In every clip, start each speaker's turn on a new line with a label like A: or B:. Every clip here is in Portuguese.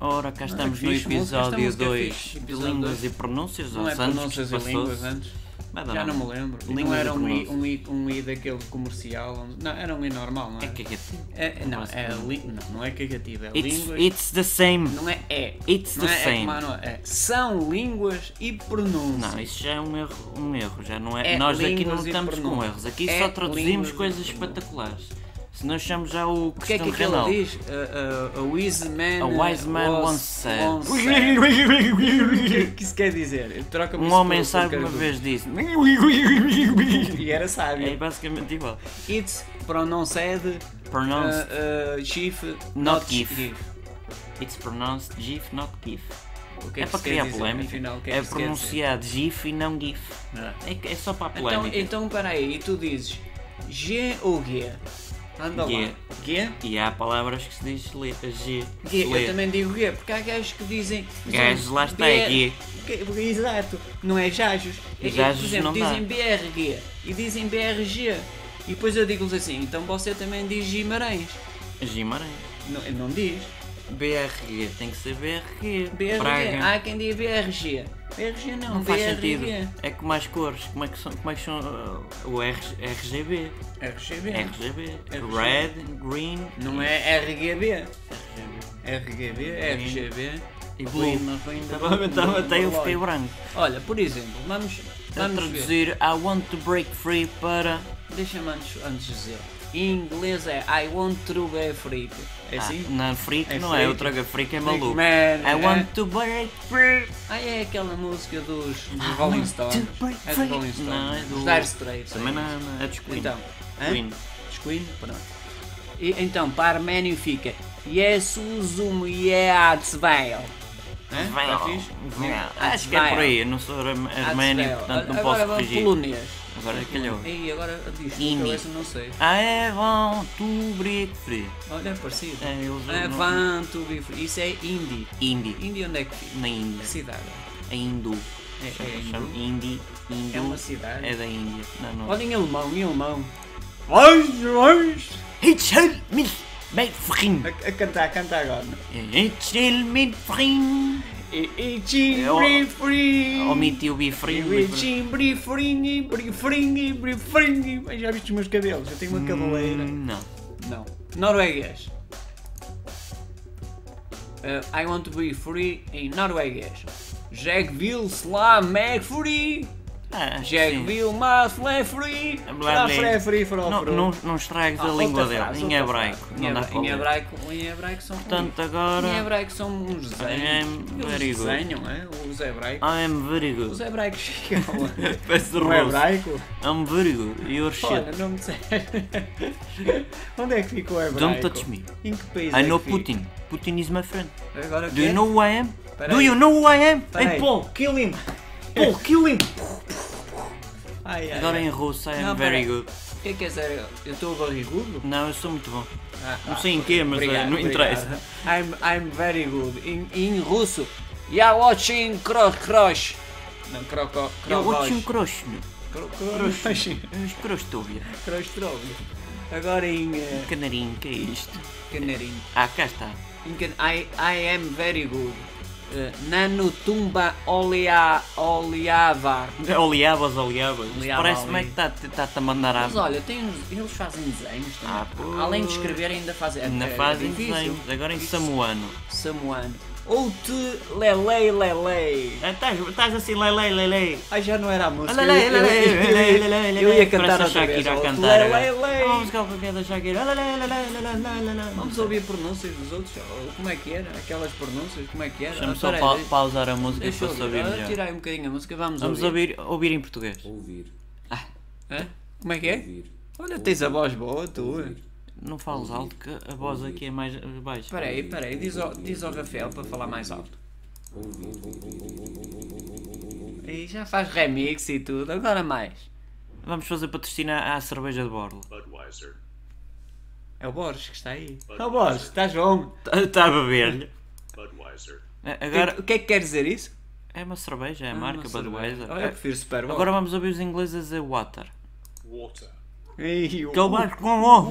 A: Ora, cá
B: Não,
A: estamos
B: é
A: no
B: fixe, música, esta
A: episódio
B: música é
A: 2
B: fixe.
A: de
B: Episódio
A: Línguas e
B: dois.
A: Pronúncias
B: Não é
A: aos anos que
B: pronúncias
A: se
B: e
A: passou.
B: línguas antes?
A: Mas
B: Já Ah, não me lembro.
A: Línguas
B: não
A: e
B: era um i,
A: pronúncias.
B: um, i, um i daquele comercial. onde- Não, era um i normal, não
A: É
B: é?
A: que é que é?
B: É- não, é li, não, não é cagativo, é
A: It's,
B: línguas.
A: it's the same.
B: Não é é.
A: It's
B: não
A: the
B: é, é
A: same.
B: como a Manoa, é. São línguas e pronúncias.
A: Não, isso já é um erro, um erro, já não é.
B: É
A: nós aqui não
B: línguas e
A: estamos com
B: pronúncias.
A: erros, aqui
B: É
A: só traduzimos
B: línguas e
A: coisas
B: pronúncias.
A: espetaculares. Se nós chamamos já o
B: O que é
A: Cristiano
B: que aquilo
A: Ronaldo.
B: diz? A, a- a wise man.
A: um A wise man
B: was-
A: once said.
B: once said. O que é que isso quer dizer? Troca
A: Um homem sabe uma vez disse.
B: E era sábio.
A: É basicamente igual.
B: It's pronounced
A: Pronounced.
B: uh, uh, chief,
A: Not
B: not chief.
A: gif. It's pronounced GIF, not GIF.
B: O que
A: É,
B: que
A: para
B: se quer
A: criar
B: dizer?
A: polémica.
B: Afinal, o que é,
A: é
B: que se quer
A: pronunciado GIF e não GIF.
B: dizer? Ah.
A: É, que- é só para a
B: Então,
A: polémica.
B: então peraí, e tu dizes G ou G? Anda
A: G.
B: lá. G?
A: E há palavras que se diz le, G.
B: G.
A: le.
B: Eu também digo G, porque há gajos que dizem.
A: Gajos, lá está,
B: B-
A: é G.
B: Que- Exato, não é Jajos. É- é-
A: Jajos
B: por exemplo,
A: não dá.
B: dizem BRG e dizem BRG. E depois eu digo-lhes assim, então você também diz Guimarães.
A: Gimarães.
B: Não, não diz.
A: BRG, tem que ser BRG.
B: BRG.
A: Braga.
B: Há quem diga BRG. BRG não,
A: não
B: BRG.
A: faz sentido. É com mais cores. Como é que são, como é que são uh, o R, RGB?
B: RGB.
A: RGB.
B: RGB.
A: Red, green
B: Não é RGB. RGB, RGB.
A: e
B: Ui,
A: blue.
B: mas ainda
A: Estava-
B: não-
A: estava-
B: não-
A: Até Tá eu
B: não
A: fiquei
B: logo.
A: branco.
B: Olha, por exemplo, vamos,
A: A
B: vamos ver.
A: traduzir I want to break free para.
B: Deixa-me antes, antes dizer. Em inglês é I want to be free. É assim?
A: Ah, não, freak
B: É
A: não é. Eu
B: freak.
A: trago freak é
B: Freak
A: maluco.
B: man,
A: I
B: é.
A: want to break free.
B: Ah, é aquela música dos, dos Rolling Stones.
A: break
B: É
A: free.
B: dos Rolling Stones.
A: Não, é do-
B: Dos Dire Straits.
A: Também
B: é isso.
A: não, não é dos Queen.
B: Então, hã?
A: Queen.
B: Dos Queen? Pronto. E, então, para armênio fica Jesus Yeatzveil.
A: É?
B: Está
A: Vela.
B: Tá fixe?
A: Vela. Acho que é por aí. Eu não sou arm- armênio,
B: Atzveil.
A: portanto não
B: é. Agora
A: posso
B: vamos
A: corrigir.
B: polonês.
A: Agora calhou.
B: E agora diz,
A: Ini.
B: eu esse não sei.
A: I want to break free.
B: Olha, é parecido.
A: É, eles
B: É
A: não-
B: Van to be free. Isso é indie.
A: Indie.
B: Indie onde é que fica?
A: Na
B: Que
A: Índia.
B: cidade?
A: É hindu.
B: É- é
A: Chama-
B: hindu?
A: chama Indi. Hindu.
B: É uma cidade?
A: É da Índia. Não, não.
B: Olha em alemão, em alemão. Ois, ois.
A: Hitchel mit mein Freund.
B: A, a cantar, canta agora. é?
A: Hitchel mit Freund.
B: E, e
A: É o-
B: chimbri fring.
A: Omiti o bifrim.
B: E chimbri fringi, bri fringi, bri fringi. Mas já viste os meus cabelos? Eu
A: Hum.
B: tenho uma cabeleira.
A: Não.
B: Não. Norueguês. Uh, I want to be free em norueguês. Jag vill slå mig fri.
A: Ah, acho que
B: Jag
A: sim.
B: vill mig slå fri.
A: Blá, blá.
B: Slå fri, fri, fri,
A: Não,
B: fri.
A: não, não estragues
B: Ah,
A: a
B: outra
A: língua
B: frase,
A: dele, em
B: outra
A: hebraico.
B: frase.
A: Não
B: Em
A: dá
B: hebra-
A: para
B: em
A: ler.
B: hebraico, em hebraico são
A: Portanto,
B: em
A: agora.
B: hebraico são
A: É,
B: uns
A: Ah.
B: desenhos.
A: very
B: Eles
A: good.
B: desenham, é? Os hebraicos.
A: I'm very
B: Os
A: good.
B: hebraicos chegam lá.
A: Peço
B: Não
A: russo.
B: hebraico?
A: I'm very good. You're shit.
B: Olha, não me disseram. Onde é que fica o hebraico?
A: Don't touch me.
B: Em que país
A: I
B: é
A: know
B: que fica?
A: Putin. Putin is my friend.
B: Agora
A: Do you
B: quê?
A: know who I am?
B: Peraí.
A: Do you know who I am?
B: Peraí.
A: Ei, Paul,
B: kill him!
A: Paul, kill him!
B: Ai, ai,
A: Agora
B: ai.
A: em russo, I
B: Não,
A: am very
B: peraí.
A: good.
B: O que é que é sério? Eu estou barrigudo?
A: Não, eu sou muito bom.
B: Ah,
A: Não
B: ah,
A: sei em quê, mas eh,
B: obrigado,
A: não
B: obrigado.
A: interessa.
B: I'm, I'm very good. Em, em russo, Я очень кро- хорош. Não, croco,
A: Eu
B: croco.
A: outro um crochne.
B: Croche.
A: Uns crostúbia.
B: Agora em eh,
A: Canarinho, que é isto?
B: canarinho.
A: Ah, cá está.
B: Em can- I, I am very good. Eh, Nano tumba olea, oleava.
A: Oleabas, oleabas. Isto
B: Oleava
A: Parece-me é
B: ali.
A: que está-te a mandar a...
B: Mas olha, tem uns- eles fazem desenhos também.
A: Ah, pois.
B: Além de escrever, ainda fazem. é-
A: Na
B: é- é
A: fase em
B: difícil.
A: desenhos. Agora em samoano.
B: Samoano. Ou te lelei lelei.
A: Ah, Estás estás assim, lelei, lelei.
B: Ai, já não era a música.
A: Olha lá, olha lá,
B: eu, eu- eu- eu-
A: olha lá,
B: eu ia cantar
A: Parece a
B: outra vez.
A: Shakira a
B: Ou te
A: cantar.
B: lelei,
A: agora.
B: lelei.
A: Ah, Vamos cá, o que é da Shakira. Olha lá, olha lá, olha lá, olha lá, olha lá.
B: Vamos ouvir pronúncias dos outros. ou Como é que era? Aquelas pronúncias, como é que era?
A: Deixa-me
B: Ah,
A: só
B: peraí,
A: pa-
B: deixa-
A: pausar a música
B: Deixa
A: para
B: eu
A: saber
B: ouvir. Agora
A: melhor.
B: tirar aí um bocadinho a música, vamos,
A: Vamos
B: ouvir.
A: ouvir, ouvir em português.
C: Ouvir.
B: Hã? Como é que é?
C: Ouvir.
B: Olha, tens a voz boa, tu.
A: Não fales alto que a voz aqui é mais baixa.
B: Espera aí, espera aí. Diz ao, diz ao Rafael para falar mais alto. E já faz remix e tudo. Agora mais.
A: Vamos fazer patrocínio à à cerveja de Borla.
D: Budweiser.
B: É o Borges que está aí. É o Borges, estás bom.
A: Está Tá, a beber-lhe.
D: Budweiser.
A: É,
B: Agora...
A: Agora
B: O que é que quer dizer isso?
A: é uma cerveja, é a
B: Ah,
A: marca
B: não sei bem.
A: Budweiser.
B: Ah, Eu
A: É,
B: prefiro Super Bowl.
A: Agora vamos ouvir os ingleses a dizer water.
D: Water.
B: Ei,
A: Que eu bato com o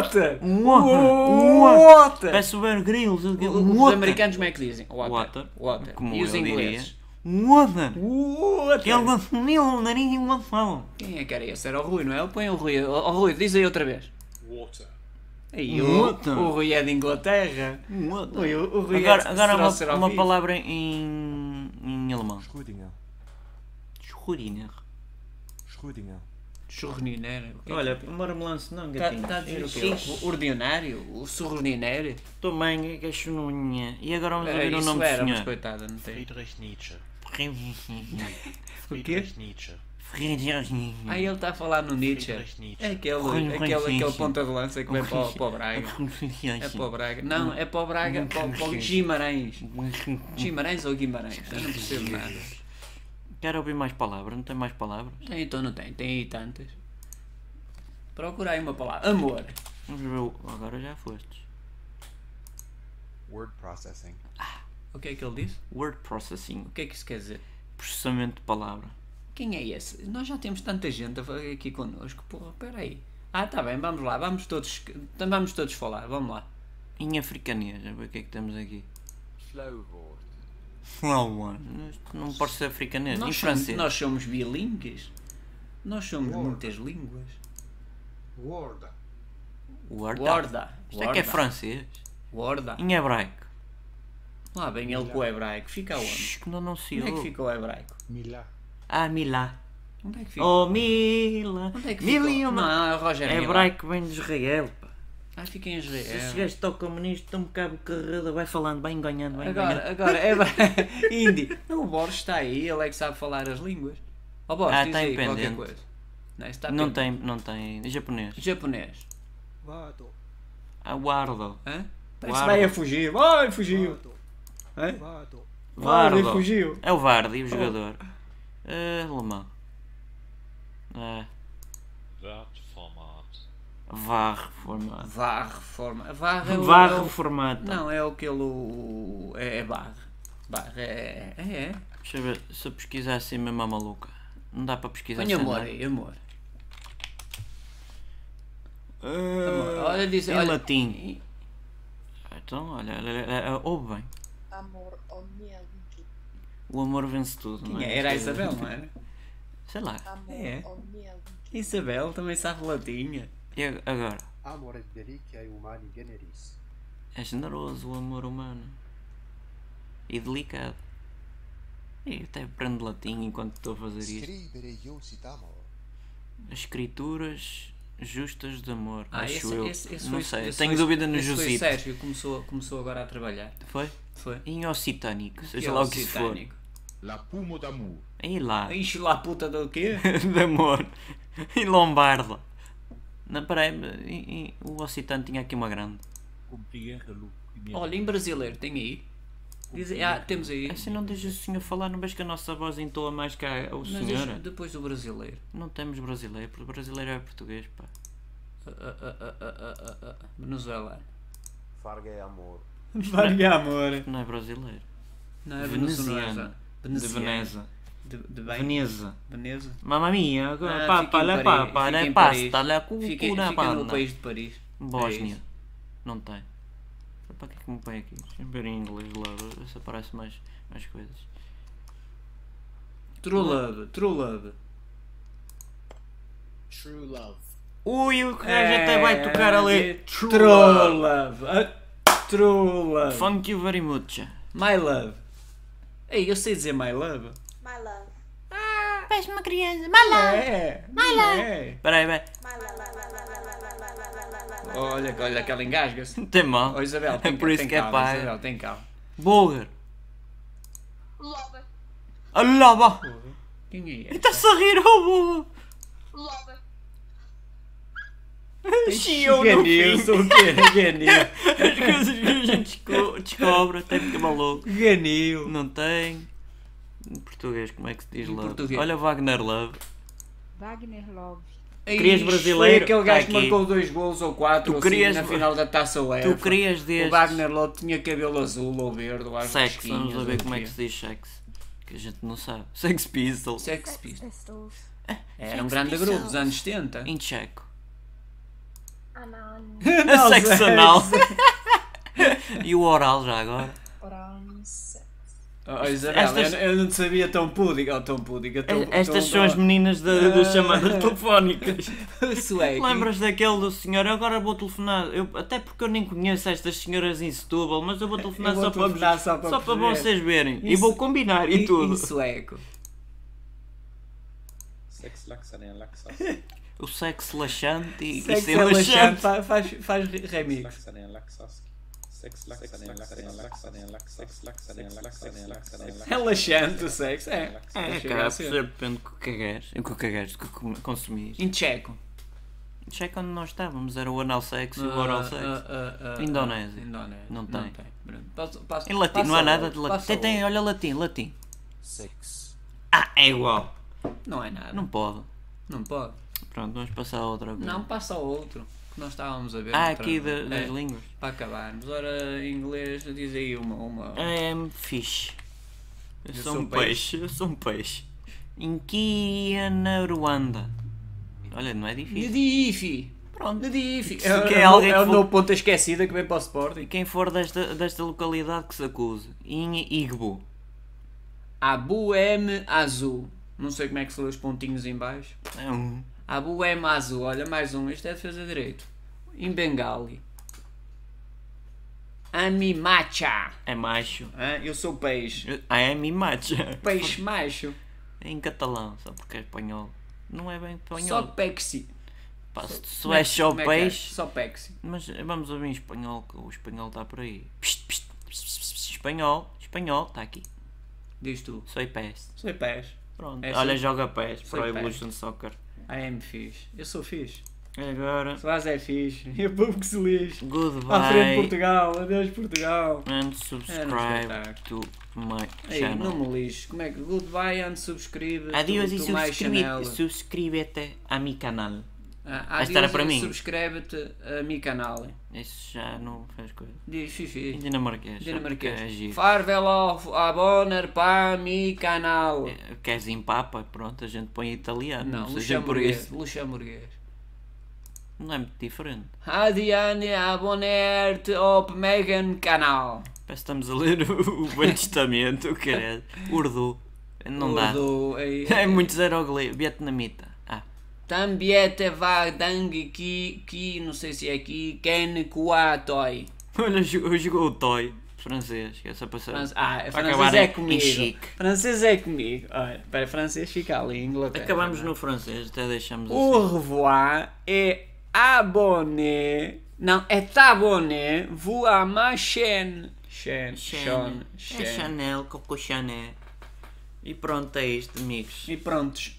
B: Water!
A: Water!
B: Um Water!
A: Peço o Ben Grylls. eu digo,
B: Os
A: "Water."
B: americanos como é que dizem? Water.
A: Water.
B: Water.
A: Como
B: e os
A: eu
B: ingleses?
A: diria. Water.
B: Um Water!
A: Ele assumiu o um nariz e o falam.
B: Quem é que era esse? Era o Rui, não é? Põe o Rui. Ó ó, Rui, diz aí outra vez. Um
D: water,
B: Aí, o,
A: Water.
B: o Rui é de Inglaterra. Ui, o- o Rui
A: Agora,
B: é-
A: agora
B: será-
A: uma,
B: será
A: uma
B: vivo?
A: palavra em, em alemão.
C: Schrödinger.
A: Schrödinger.
C: Schrödinger.
B: Churrinero.
A: Olha, mora me lance não,
B: está
A: gatinho.
B: tá a dizer o quê? O ordinário? O surrinero?
A: Também, é que chuninha. E agora vamos
B: Era
A: ouvir o
B: É, isso
A: nome
B: era,
A: do
B: mas
A: senhor.
B: coitada, não tem.
E: Friedrich Nietzsche.
B: O quê?
E: Friedrich Nietzsche.
B: Ah, ele está a falar no Nietzsche.
E: Friedrich Nietzsche.
B: É aquele,
A: Rui,
B: aquele,
A: Rui,
B: aquele
A: sim.
B: ponta de lança que vai para, o- para o Braga. É para o Braga. Não, é para o Braga, para, o- para o Guimarães. Guimarães ou Guimarães? Eu não percebo nada.
A: Quero ouvir mais palavras, não tem mais palavras?
B: Tem, então não tem. Tem aí tantas. Procura aí uma palavra. Amor.
A: Vamos ver, o- agora já foste.
C: Word processing.
B: O que é que ele disse?
A: Word processing,
B: O que é que isso quer dizer?
A: processamento de palavra.
B: Quem é esse? Nós já temos tanta gente a fazer aqui connosco. Porra, espera aí. Ah, tá bem, vamos lá, vamos todos, então vamos todos falar, vamos lá.
A: Em africanês, a ver o que é que temos aqui.
C: Slowboard.
A: Flower. Isto Não pode ser africanês, É, em
B: Nós somos,
A: francês.
B: nós somos bilingues. Nós somos
C: Word.
B: muitas línguas.
C: Word.
A: Word.
B: Warda.
A: Tá. Isto é que é
B: Warda.
A: francês.
B: Warda.
A: Em hebraico.
B: Lá vem ele com o hebraico. Fica onde?
A: Shhh, que não anunciou.
B: Onde é que fica o hebraico?
C: Mila.
A: Ah, Milá.
B: Onde é que fica?
A: Oh, Mila.
B: Onde é que
A: Mil e
B: ficou?
A: uma.
B: Não, é o Roger Miller.
A: Hebraico vem de Israel, pá.
B: Ah, fica em
A: Se esse
B: Israel.
A: gajo está ao comunista, está um bocado carrada, vai falando, vai enganhando, vai enganhando.
B: Agora, agora, é Indy. O Borges está aí, ele é que sabe falar as línguas. Ó Borges,
A: Ah,
B: diz
A: tá
B: aí qualquer
A: independente.
B: coisa. Não, está
A: Não
B: pendente.
A: tem, não tem. Japonês. Ah,
B: Japonês.
C: Vado.
A: Aguardo.
B: Hã?
A: Vardo.
B: vai a fugir. Vai, fugiu. Hã?
C: Vado.
B: Vardo.
A: Vardo.
B: fugiu.
A: É o
B: Oh.
A: Vardy, o jogador. Ah, alemão. Ah,
E: Word-Format.
A: VAR reformado.
B: Var reforma. Var é o... é
A: VAR
B: o-
A: reformado.
B: Não, é aquele... o- É, é bar. Bar é... É, é.
A: Deixa eu ver, se eu pesquisar assim mesmo a maluca. Não dá para pesquisar
B: Põe
A: assim.
B: amor
A: não.
B: aí, amor. Amor.
A: Ah,
B: Olha, diz...
A: em
B: olha-
A: latim. Então, olha, olha, olha, ouve bem.
F: Amor, oh minha linda.
A: O amor vence tudo, não
B: Quem
A: é?
B: é? Era a
A: Isto é-
B: Isabel, não era?
A: Sei lá.
F: Amor,
B: É.
F: oh minha linda.
B: Isabel também sabe latinha.
A: E ag- agora?
C: Amor delícia e humani generis.
A: É generoso o amor humano. E delicado. E até aprendo latim enquanto estou a fazer isto.
C: Scrivere io citamo.
A: As escrituras justas de amor.
B: Ah,
A: acho
B: esse,
A: eu.
B: esse, esse
A: não
B: foi,
A: sei.
B: esse
A: Tenho
B: foi-
A: dúvida no
B: esse foi o
A: Josito.
B: Sérgio, começou, começou agora a trabalhar.
A: Foi?
B: Foi.
A: Em Occitânico,
B: Que é
A: seja
B: o
A: lá o que isso for.
B: Citânico.
G: La Pumo d'amour.
A: Em lá.
B: Ixi, lá puta do quê?
A: de amor em Lombarda. Não, peraí, e- e o Occitano tinha aqui uma grande.
B: Olha, em brasileiro, tem aí. Diz, ah, temos aí.
A: Assim não deixa o senhor falar, não vejo que a nossa voz entoa mais que a, o
B: Mas
A: senhora.
B: deixa- depois do brasileiro.
A: Não temos brasileiro, porque brasileiro é português, pá.
B: Ah, ah, ah, ah, ah, ah, ah, ah. Venezuela.
C: Farga e amor.
B: Varga amor.
A: Não é brasileiro.
B: Não é
A: Veneziano.
B: Venezuela.
A: De Veneza.
B: De, de bem?
A: Veneza.
B: Veneza.
A: Mamma mia, agora
B: Ah,
A: pá,
B: fica
A: pá,
B: em
A: lá, pá,
B: Paris,
A: pá,
B: fica
A: lá,
B: em Paris.
A: pasta, lá, cu,
B: Fica,
A: cu, na
B: fica no
A: banda.
B: país de Paris.
A: Bósnia.
B: É isso.
A: Não tem. Para que é que me põe aqui? Deixa eu ver em inglês lá, ver se aparece mais, mais coisas.
B: True love, true love.
G: True love.
A: Ui, o gajo até vai é
B: É
A: tocar ali.
B: True, love. Ah, True love.
A: Thank you very much.
B: My love. Ei, eu sei dizer my love.
F: My love,
A: Parece uma criança. Mala!
B: É. My love. É.
A: Peraí, peraí.
F: my love, my love, my love, my love, my love, my love.
B: Olha, olha aquela engasga-se.
A: Não tem mal.
B: Oh Isabel,
A: é
B: tem,
A: por isso
B: tem
A: que é
B: calma,
A: paga.
B: Isabel, tem calma.
A: Bulgar.
F: Loba,
A: Olha lá,
B: Quem é?
A: Está-se a rir, oh,
F: loba.
A: bobo. Chiou
B: é
A: no fim.
B: o quê? Ganil.
A: As coisas que a gente desco- descobre, até porque é maluco.
B: Ganil.
A: Não tem. Em português, como é que se diz
B: Em
A: love?
B: português.
A: Olha Wagner Love.
H: Wagner Love.
A: Querias brasileiro,
B: Foi aquele gajo que
A: tá aqui.
B: marcou dois gols ou quatro
A: Tu
B: assim,
A: querias-
B: na final da taça UEFA.
A: Tu querias
B: É, O
A: destes.
B: Wagner Lowe tinha cabelo azul ou verde, ou às
A: Sexo,
B: mosquinhas,
A: vamos a
B: ou
A: ver como é
B: quê.
A: que se diz É, sexo. Que a gente não sabe. Sex Pistols.
B: Sex Pistols.
H: Pistols.
B: Era um grande
A: Sex
B: grupo dos
A: Pistols.
B: anos 70.
A: Em tcheco.
F: Anon.
B: Não sei.
A: Sexo anal. e o oral já agora?
F: Oral no sex.
B: Oh, Isabel,
A: Estas-
B: eu, eu não te sabia tão púdica. Oh, tão púdica. Tão,
A: Estas
B: tão-
A: são as meninas da- das
B: Ah.
A: chamadas telefónicas.
B: Swag.
A: Lembras daquele do senhor? Eu agora vou telefonar. Eu, até porque eu nem conheço estas senhoras em Setúbal, mas eu vou telefonar,
B: Eu vou
A: só,
B: telefonar
A: para,
B: só para
A: só para
B: perceber.
A: vocês verem. E
B: Isso-
A: vou combinar e,
B: Em-
A: tudo.
B: Em sueco.
E: Sex laxan é laxa.
A: O sexo laxante e, é e
B: Sexo é
A: ser
B: relaxante
A: laxante.
B: fa- faz, faz remix.
E: Laxan é laxa. Sex laxan é laxa. Laxan é laxa. Sex laxan é laxa. Laxan é laxa.
B: Relaxante o sexo, é.
A: É,
B: Chega
A: cara,
B: a ser.
A: percebe, depende do que cagares, o que cagares, do que com- consumires.
B: Em tcheco.
A: Checa onde nós estávamos, era o anal sexo e o Tipo, oral sexo.
B: ah, ah, ah,
A: Indonésia.
B: Indonésia.
A: Não tem.
B: Pronto. Passa- passa-
A: Em latim,
B: passa
A: não há
B: o-
A: nada de latim.
B: passa
A: Tem,
B: o-
A: tem, olha latim, latim.
C: Sex.
A: Ah, é igual.
B: Não é nada.
A: Não
B: Não,
A: pode.
B: pode.
A: Pronto, vamos passar a outra vez.
B: Não, passa ao outro. Que nós estávamos a ver.
A: Ah,
B: outra
A: aqui da-
B: vez.
A: das
B: É,
A: línguas.
B: Para acabarmos. Ora, em inglês, diz aí uma. uma.
A: I'm fish. Eu sou,
B: sou
A: um
B: um
A: peixe. eu sou um peixe. Em Kia, na Ruanda. Olha, não é difícil.
B: Nadifi.
A: Pronto.
B: Nadifi.
A: Que
B: É,
A: se quer
B: é,
A: alguém
B: é o
A: que
B: meu
A: for-
B: ponta esquecida que vem para o Sporting.
A: Quem for desta, desta localidade que se acuse. Em Igbo.
B: Abuem Azul. Não sei como é que se lê os pontinhos em baixo.
A: É um.
B: Abuem Azul. Olha, mais um. Isto é defesa direito. Em Bengali. Amimacha.
A: É macho. Ah,
B: Hã? Eu sou peixe.
A: I'm macha.
B: Peixe macho.
A: Em catalão, só porque é espanhol. Não é bem
B: Só
A: espanhol.
B: pexi.
A: Pá, se tu és só
B: Como é que é?
A: peixe.
B: Só pexi.
A: Mas vamos ouvir em espanhol, que o espanhol está por aí. Psst, psst, psst, psst, psst, espanhol, espanhol, está aqui.
B: Diz tu.
A: Sou pés.
B: Sou peixe.
A: Pronto.
B: É,
A: Olha,
B: sou-
A: joga pés,
B: sou
A: Pro
B: pés.
A: Evolution Soccer.
B: I am Ah, fixe. Eu sou fixe.
A: Agora,
B: Se vás é fixe. E o povo que se lixe. À
A: goodbye
B: frente Ah, Portugal. Adeus Portugal.
A: and
B: É,
A: subscribe
B: não espetáculo.
A: to my
B: Ei, não
A: channel.
B: me lixe. Como é que. Goodbye and subscribe.
A: Adiós
B: tu,
A: e
B: tu mais
A: subscrevi-
B: chanela.
A: subscreve-te a mi canal.
B: Ah,
A: Esta era
B: adeus
A: para
B: e
A: mim.
B: Subscreve-te a mi canal.
A: Isso já não faz coisa.
B: Diz
A: Em
B: fifi.
A: dinamarquês. Que é
B: Dinamarquês.
A: giro.
B: Farvel ao abonar para mi canal.
A: É, Queres em papa? Pronto, a gente põe em italiano.
B: Não,
A: seja em português.
B: luxemburguês. Luxemburguês.
A: Não é muito diferente.
B: Adiane abonert op Megan canal.
A: Parece que estamos a ler o, o Velho Testamento, o caralho. Urdu. Não dá.
B: Urdu, ei,
A: É muito zerogli. Vietnamita. Ah,
B: Tambiete va dang ki, ki, não sei se é aqui, ken kuatoi.
A: olha, jogou, jogou o Toy francês, que é só passar.
B: Fran- Ah,
A: Para
B: francês
A: acabar
B: é
A: em- em
B: comigo.
A: chique.
B: Francês é comigo. Olha, para francês fica ali em Inglaterra.
A: Acabamos
B: não é?
A: no francês, até deixamos
B: Au
A: assim.
B: revoir é abonné. Não, é abonné. Vous à ma chaîne. Chaîne. Chaîne.
A: É
B: Chaîne.
A: Chanel, Coco Chanel. E pronto, é isto, amigos.
B: E prontos.